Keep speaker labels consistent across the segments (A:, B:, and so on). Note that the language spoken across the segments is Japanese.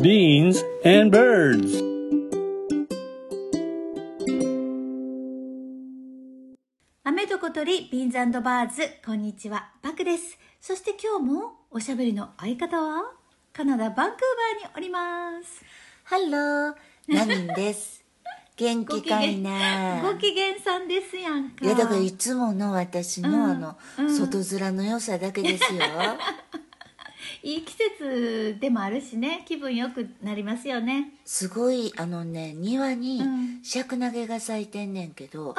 A: beans, and birds.
B: 雨と小鳥ビーンズバーズこんにちはパクですそして今日もおしゃべりの相方はカナダバンクーバーにおります
C: ハロー、ナミン です。元気かいな。
B: ご機嫌さんですやんか
C: いやだからいつもの私の、
B: うん
C: あの、
B: うん
C: 外面の良さだけで すよ。
B: いい季節でもあるしね気分よくなりますよね
C: すごいあのね庭に
B: うん
C: シャクナゲが咲いてんねんけど、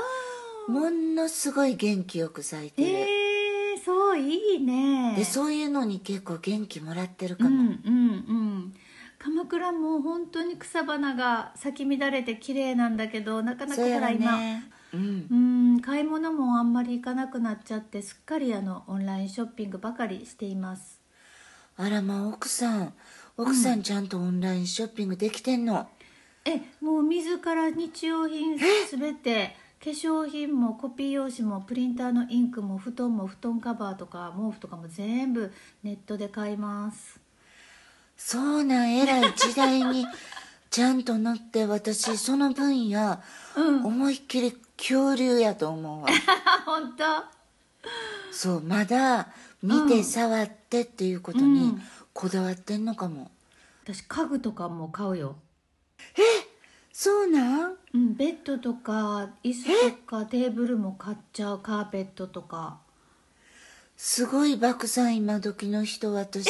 C: ものすごい元気よく咲いて
B: え
C: る。
B: ー、そういいね
C: でそういうのに結構元気もらってる
B: う
C: か
B: んう
C: も。
B: んうん鎌倉も本当に草花が咲き乱れて綺麗なんだけどなかなか
C: そう
B: ほ
C: や
B: ら
C: ら
B: 今、
C: ね。うん
B: う。ん買い物もあんまり行かなくなっちゃってすっかりあのオンラインショッピングばかりしています
C: あらまあ奥さん、奥さんちゃんとオンラインショッピングできてんの。
B: えもう自ら日用品すべて化粧品もコピー用紙もプリンターのインクも布団も布団カバーとか毛布とかも全部ネットで買います
C: そうなんえらい時代に ちゃんと乗って私その分野、
B: うん
C: 思いっきり恐竜やと思 うわ
B: あ本当
C: そうまだ見て触ってっていうこと
B: う
C: に
B: ん
C: こだわってんのかも、
B: 私家具とかも買うよ
C: そうなん
B: うん、ベッドとか椅子とかテーブルも買っちゃうカーペットとか
C: すごい漠さん今時の人私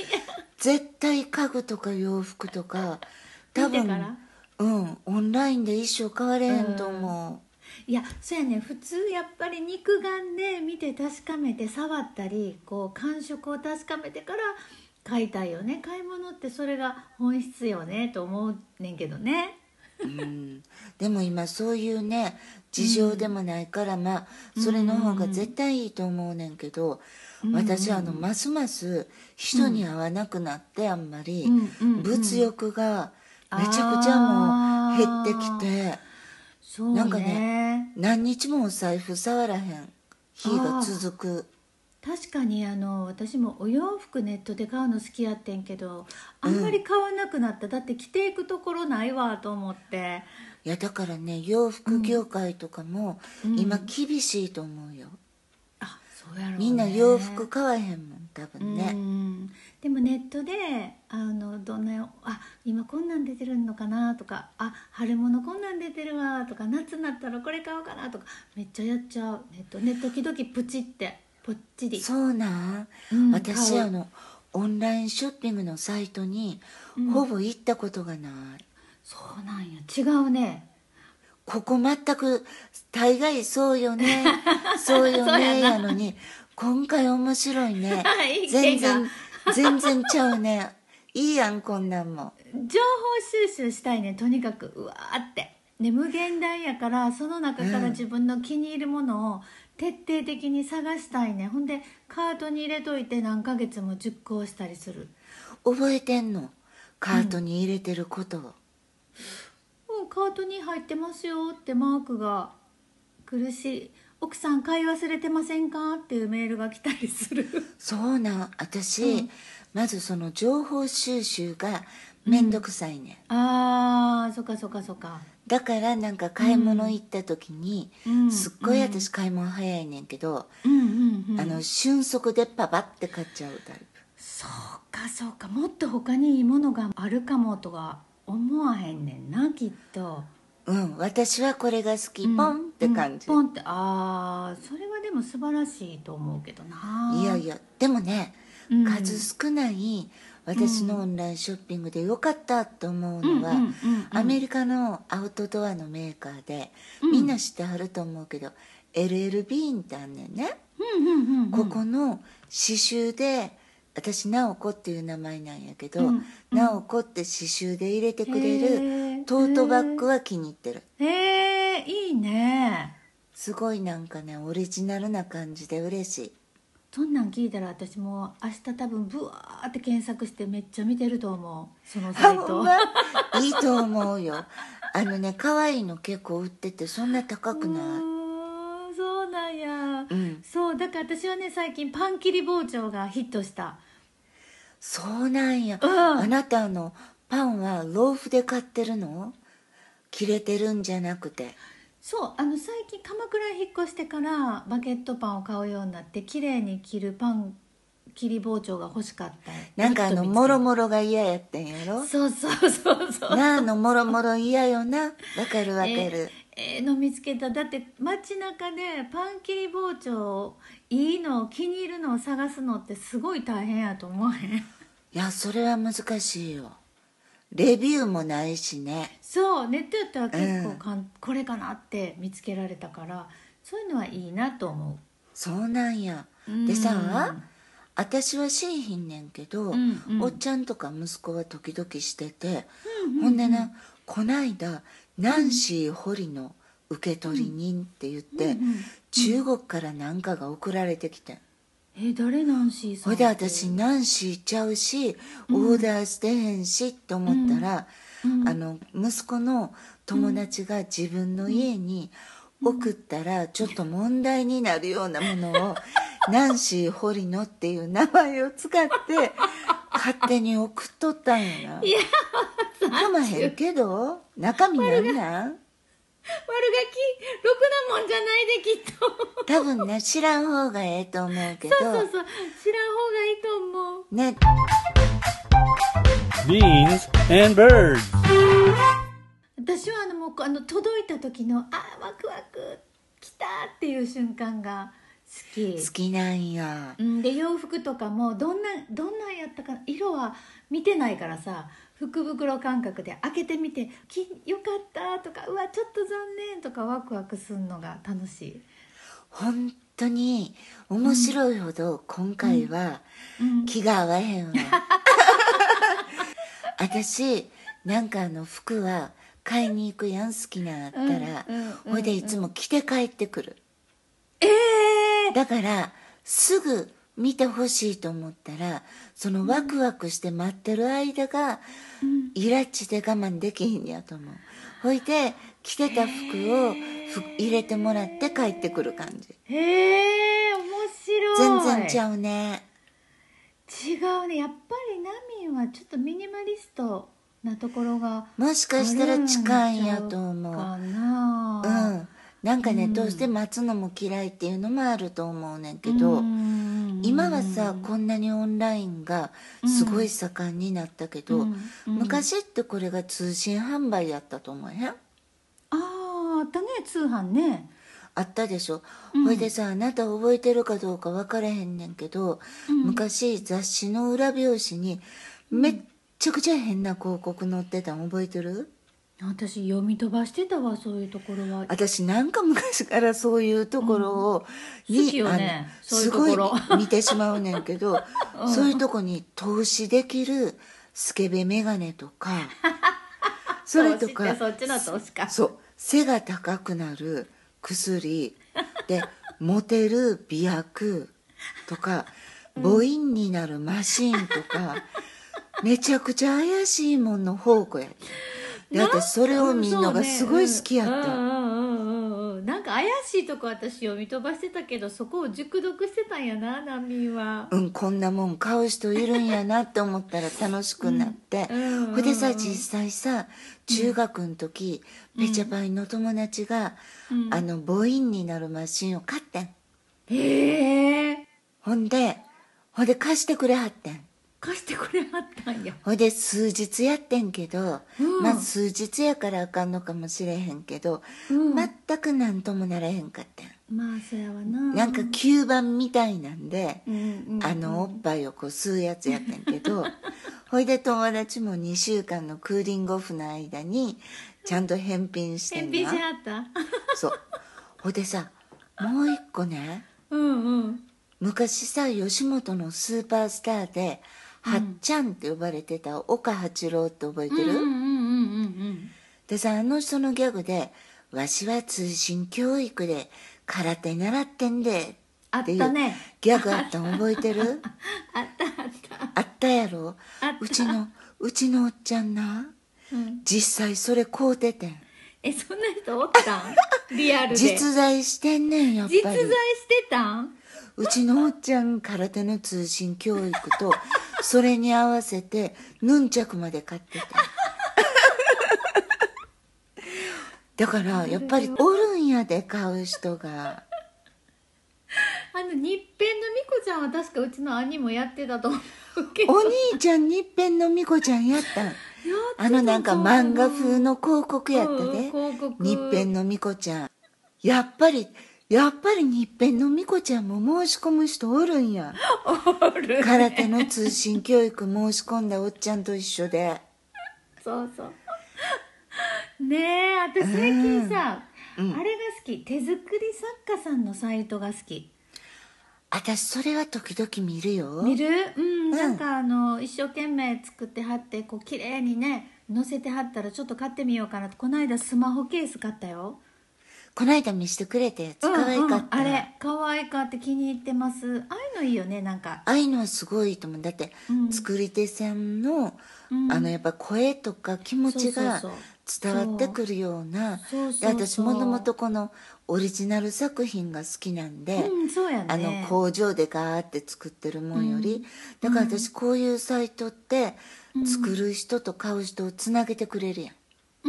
C: 絶対家具とか洋服とか多
B: 見てから
C: 分うんオンラインで一生買われへんと思う、
B: いやそうやね普通やっぱり肉眼で見て確かめて触ったりこう感触を確かめてから買いたいよね買い物ってそれが本質よねと思うねんけどね
C: うんでも今そういうね事情でもないから、まあそれの方が絶対いいと思うねんけど、私あのますます人に会わなくなってあんまり、
B: うんうんうん
C: 物欲がめちゃくちゃもう減ってきて
B: そうね
C: なんか何日もお財布触らへん日が続く
B: 確かにあの私もお洋服ネットで買うの好きやってんけどあんまり買わなくなった、だって着ていくところないわと思って
C: いやだからね洋服業界とかも
B: うん
C: 今厳しいと思うよ、
B: あそうやろうね
C: みんな洋服買わへんもん多分ね、
B: うんでもネットであのどんなあ今こんなん出てるのかなとかあ春物こんなん出てるわとか夏になったらこれ買おうかなとかめっちゃやっちゃうネットね時々プチってぽっちり
C: そうなん、
B: うん
C: 私
B: 買う
C: あのオンラインショッピングのサイトに
B: うん
C: ほぼ行ったことがない、
B: そうなんや違うね
C: ここ全く大概そう よねそうよねやのに今回面白いね
B: 意
C: 全
B: 見が
C: 然全然ちゃうねいいやんこんなんも
B: 情報収集したいねとにかくうわーって、ね、無限大やからその中から自分の気に入るものを徹底的に探したいね、ほんでカートに入れといて何ヶ月も熟考したりする
C: 覚えてんのカートに入れてることを、
B: うんカートに入ってますよってマークが来るし奥さん買い忘れてませんかっていうメールが来たりする
C: そうなん私、まずその情報収集がめんどくさいね、ん
B: あーそっかそっかそっか
C: だからなんか買い物行った時に、
B: うん
C: すっごい私買い物早いねんけど、
B: うんうんうん
C: あの瞬足でパパって買っちゃうタイプ
B: そうかそうかもっと他にいいものがあるかもとか思わへんねんなきっと
C: うん私はこれが好き、ポンって感じ、
B: うんポンってああそれはでも素晴らしいと思うけどない
C: いやいやでもね、
B: うん
C: 数少ない私のオンラインショッピングでよかったと思うのは、
B: うんうんうんうん
C: アメリカのアウトドアのメーカーで、
B: うん
C: みんな知ってはると思うけど LLB ってあんねんね、
B: うんうんうんうん
C: ここの刺繍で私直子っていう名前なんやけど、
B: うん
C: 直子って刺繍で入れてくれ
B: へ
C: る
B: ー
C: トートバッグは気に入ってる
B: へえいいね
C: すごいなんかねオリジナルな感じで嬉しい
B: そんなん聞いたら私もう明日多分ブワーって検索してめっちゃ見てると思うその
C: あ
B: サイ
C: ほ
B: ト
C: んまいいと思うよあのね可愛いの結構売っててそんな高くないう
B: ーんそうなんや、
C: うん
B: そうだから私はね最近パン切り包丁がヒットした
C: そうなんや、
B: うん
C: あなたあのパンはローフで買ってるの切れてるんじゃなくて
B: そうあの最近鎌倉へ引っ越してからバゲットパンを買うようになって綺麗に切るパン切り包丁が欲しかった
C: なんかあのもろもろが嫌やってんやろ
B: そうそうそうそう
C: なあのもろもろ嫌よなわかるわかる、
B: えー、の見つけただって街中でパン切り包丁いいの気に入るのを探すのってすごい大変やと思わへん
C: いやそれは難しいよレビューもないしね
B: そうネットやったら結
C: う
B: 構
C: ん
B: かん、これかなって見つけられたからそういうのはいいなと思
C: そうなんや
B: うん
C: でさ私はしんひんねんけど、
B: うんうん
C: おっちゃんとか息子は時々してて、ほんでなこないだナンシー堀の受取人って言って、
B: うんうんうん
C: 中国からなんかが送られてきてん
B: うえー誰なんしさ
C: ほ
B: ん
C: い
B: って
C: で私ナンシーちゃうし、オーダーしてへんしと思ったら、あの息子の友達が自分の家に送ったらちょっと問題になるような ものを「ナンシー堀野」っていう名前を使って勝手に送っとったんやな。かまへんけど中身なんなん
B: 悪ガキろくなもんじゃないできっと
C: 多分な知らん方がええと思うけど
B: そうそうそう知らん方がいいと思う
C: ね
A: Beans and birds.
B: 私はあのもうこうあの届いた時のあーワクワク来たっていう瞬間が好き
C: 好きなんや。
B: うん、で洋服とかもどんなどんなんやったかな色は見てないからさ福袋感覚で開けてみて「きよかった」とか「うわちょっと残念」とかワクワクするのが楽しい。
C: 本当に面白いほど今回は
B: うん
C: 気が合わへんわ、 私なんかあの服は買いに行くやん好きなんあったら、
B: うんうん
C: ほいでいつも着て帰ってくる、
B: ええ
C: だからすぐ見てほしいと思ったらそのワクワクして待ってる間が、イラッチで我慢できひんやと思うほいで着てた服をふ入れてもらって帰ってくる感じ
B: へえ面白
C: 全
B: い
C: 然ち
B: う
C: ゃうね
B: 違うねやっぱりナミンはちょっとミニマリストなところが
C: もしかしたら近いんやと思
B: あ
C: う
B: るんちゃう
C: う、
B: かなん
C: なんかね、どうして待つのも嫌いっていうのもあると思うねんけど、
B: うん
C: 今はさこんなにオンラインがすごい盛んになったけど、
B: うんうん
C: 昔ってこれが通信販売やったと思えへん
B: あーあったね通販ね
C: あったでしょ、ほいでさあなた覚えてるかどうか分からへんねんけど、昔雑誌の裏表紙にめっちゃくちゃ変な広告載ってたん覚えてる
B: 私読み飛ばしてたわそういうところは
C: 私なんか昔からそういうところを、
B: うん好きよね
C: あの
B: そういうところ
C: すごい見てしまうねんけ ど、そういうとこに投資できるスケベメガネと かそれとか
B: 投資ってそっちの投資か
C: そう背が高くなる薬でモテる美薬とか母音になるマシーンと か、めちゃくちゃ怪しいもんの宝庫やったで私それを見るのがすごい好きやった、
B: うんうんうんうんうんなんか怪しいとこ私読み飛ばしてたけどそこを熟読してたんやな難民は
C: うん、こんなもん買う人いるんやなって思ったら楽しくなって、
B: うんうんうん
C: ほいでさ実際さ中学の時、ペチャパイの友達が、あの母音になるマシンを買ってん
B: へえ
C: ほんでほんで貸してくれはってん
B: 貸してくれはったんや
C: ほいで数日やってんけど、
B: うん
C: まあ数日やからあかんのかもしれへんけど、
B: うん
C: 全く何ともならへんかってん
B: まあそやわな
C: なんか吸盤みたいなんで、
B: うんうん
C: あのおっぱいをこう吸うやつやったん けどほいで友達も2週間のクーリングオフの間にちゃんと返品して
B: 返
C: ん
B: 品
C: な
B: しはった
C: そうほいでさもう一個ね
B: うんうん
C: 昔さ吉本のスーパースターで、はっちゃんって呼ばれてた岡八郎って覚えてる、
B: うんうんうんうん
C: でさあの人のギャグで「わしは通信教育で空手習ってんで」っていう
B: あったね
C: ギャグあったの覚えてる
B: あったあった
C: あったやろ
B: あった
C: うちのうちのおっちゃんな
B: うん
C: 実際それ買うててん
B: えそ んな人おったんリアルで
C: 実在してんねんやっ
B: 実
C: ぱ
B: 在
C: り
B: してたん
C: うちのおっちゃん空手の通信教育 とそれに合わせてヌンチャクまで 買ってただからやっぱりおるんやで買う人が
B: あの日遍のみこちゃんは確かうちの兄もやってたと思うけど
C: お兄ちゃん日遍のみこちゃんやったんあのなんか漫画風の広告やった
B: うん
C: ね
B: 広告
C: 日遍のみこちゃんやっぱりやっぱり日遍のみこちゃんも申し込む人おるんや
B: お る
C: 空手の通信教育申し込んだおっちゃんと一緒で
B: そうそうねえ私最近さ、あれが好き手作り作家さんのサイトが好き
C: 私それは時々見るよ
B: 見るうんなんかあの一生懸命作ってはってこう綺麗にね載せてはったらちょっと買ってみようかなとこの間スマホケース買ったよ
C: こないだ見してくれたやつ可愛かった、
B: うんうんあれ可愛かって気に入ってますああいうのいいよねなんか
C: ああいうのはすごいと思うだって、
B: うん
C: 作り手さんの、
B: うん
C: あのやっぱ声とか気持ちが
B: そうそう
C: 伝わってくるような
B: そうそう
C: で
B: そう
C: 私もともとこのオリジナル作品が好きなんで、
B: うんそうやね
C: あの工場でガーって作ってるもんより、だから私こういうサイトって作る人と買う人をつなげてくれるやん、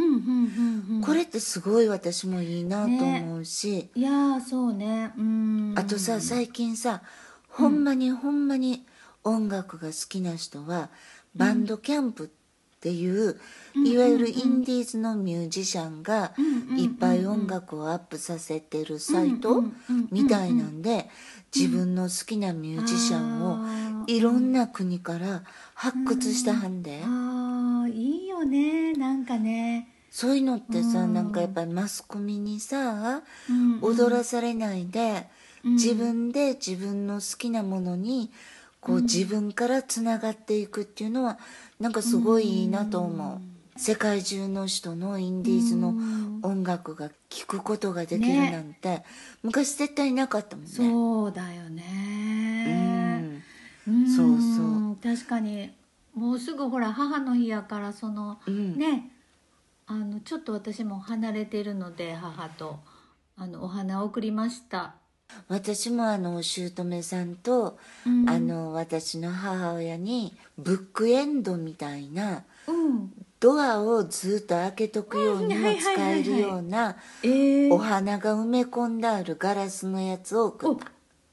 B: うんうんうんうん
C: これってすごい私もいいなと思うし、
B: いやーそうねうん
C: あとさ最近さほんまにほんまに音楽が好きな人はバンドキャンプっていう、いわゆるインディーズのミュージシャンがいっぱい音楽をアップさせてるサイ
B: う
C: ト
B: んうんうん
C: みたいなんで自分の好きなミュージシャン
B: あ
C: を
B: ー
C: いろんな国から発掘したはんで
B: あーいいよねなんかね、
C: そういうのってさなんかやっぱりマスコミにさ
B: うんうん
C: 踊らされないで、自分で自分の好きなものにこう自分からつながっていくっていうのはなんかすごいいいなと思う、世界中の人のインディーズの音楽が聴くことができるなんて、昔絶対なかったもんね
B: そうだよねうん
C: そうそう
B: 確かにもうすぐほら母の日やからその、
C: うん
B: ねあのちょっと私も離れてるので母とあのお花を送りました
C: 私もあのお姑さんと、
B: うん
C: あの私の母親にブックエンドみたいな
B: うん
C: ドアをずっと開けとくように
B: うん
C: も
B: はいはい
C: 使
B: はいはい
C: えるような
B: えー
C: お花が埋め込んであるガラスのやつを送っ
B: お
C: た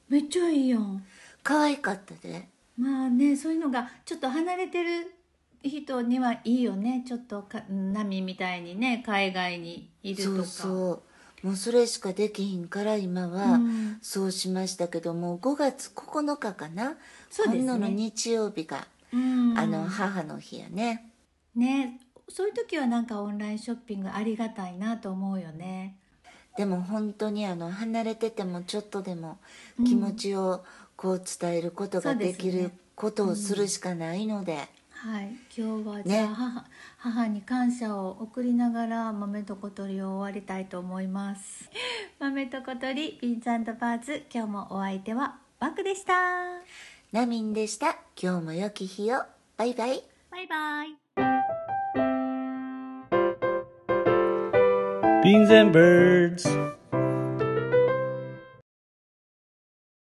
B: めっちゃいいやん
C: 可愛かったで
B: まあねそういうのがちょっと離れてる人にはいいよねちょっとか波みたいにね海外にいると
C: そ
B: か
C: うそうもうそれしかできひんから今は
B: うん
C: そうしましたけども5月9日かな
B: そうですね
C: 今度の日曜日が、
B: うん
C: あの母の日やね
B: ねそういう時はなんかオンラインショッピングありがたいなと思うよね
C: でも本当にあの離れててもちょっとでも気持ちをこう伝えること
B: そ
C: が
B: う
C: で
B: です
C: き
B: ね
C: ることをするしかないので、
B: はい今日はじゃあ
C: ね
B: 母,、母に感謝を送りながら豆と小鳥を終わりたいと思います 豆と小鳥ピンツパーツ今日もお相手はバクでした
C: ナミンでした今日も良き日をバイバイ
B: バイバイ
A: Beans and birds.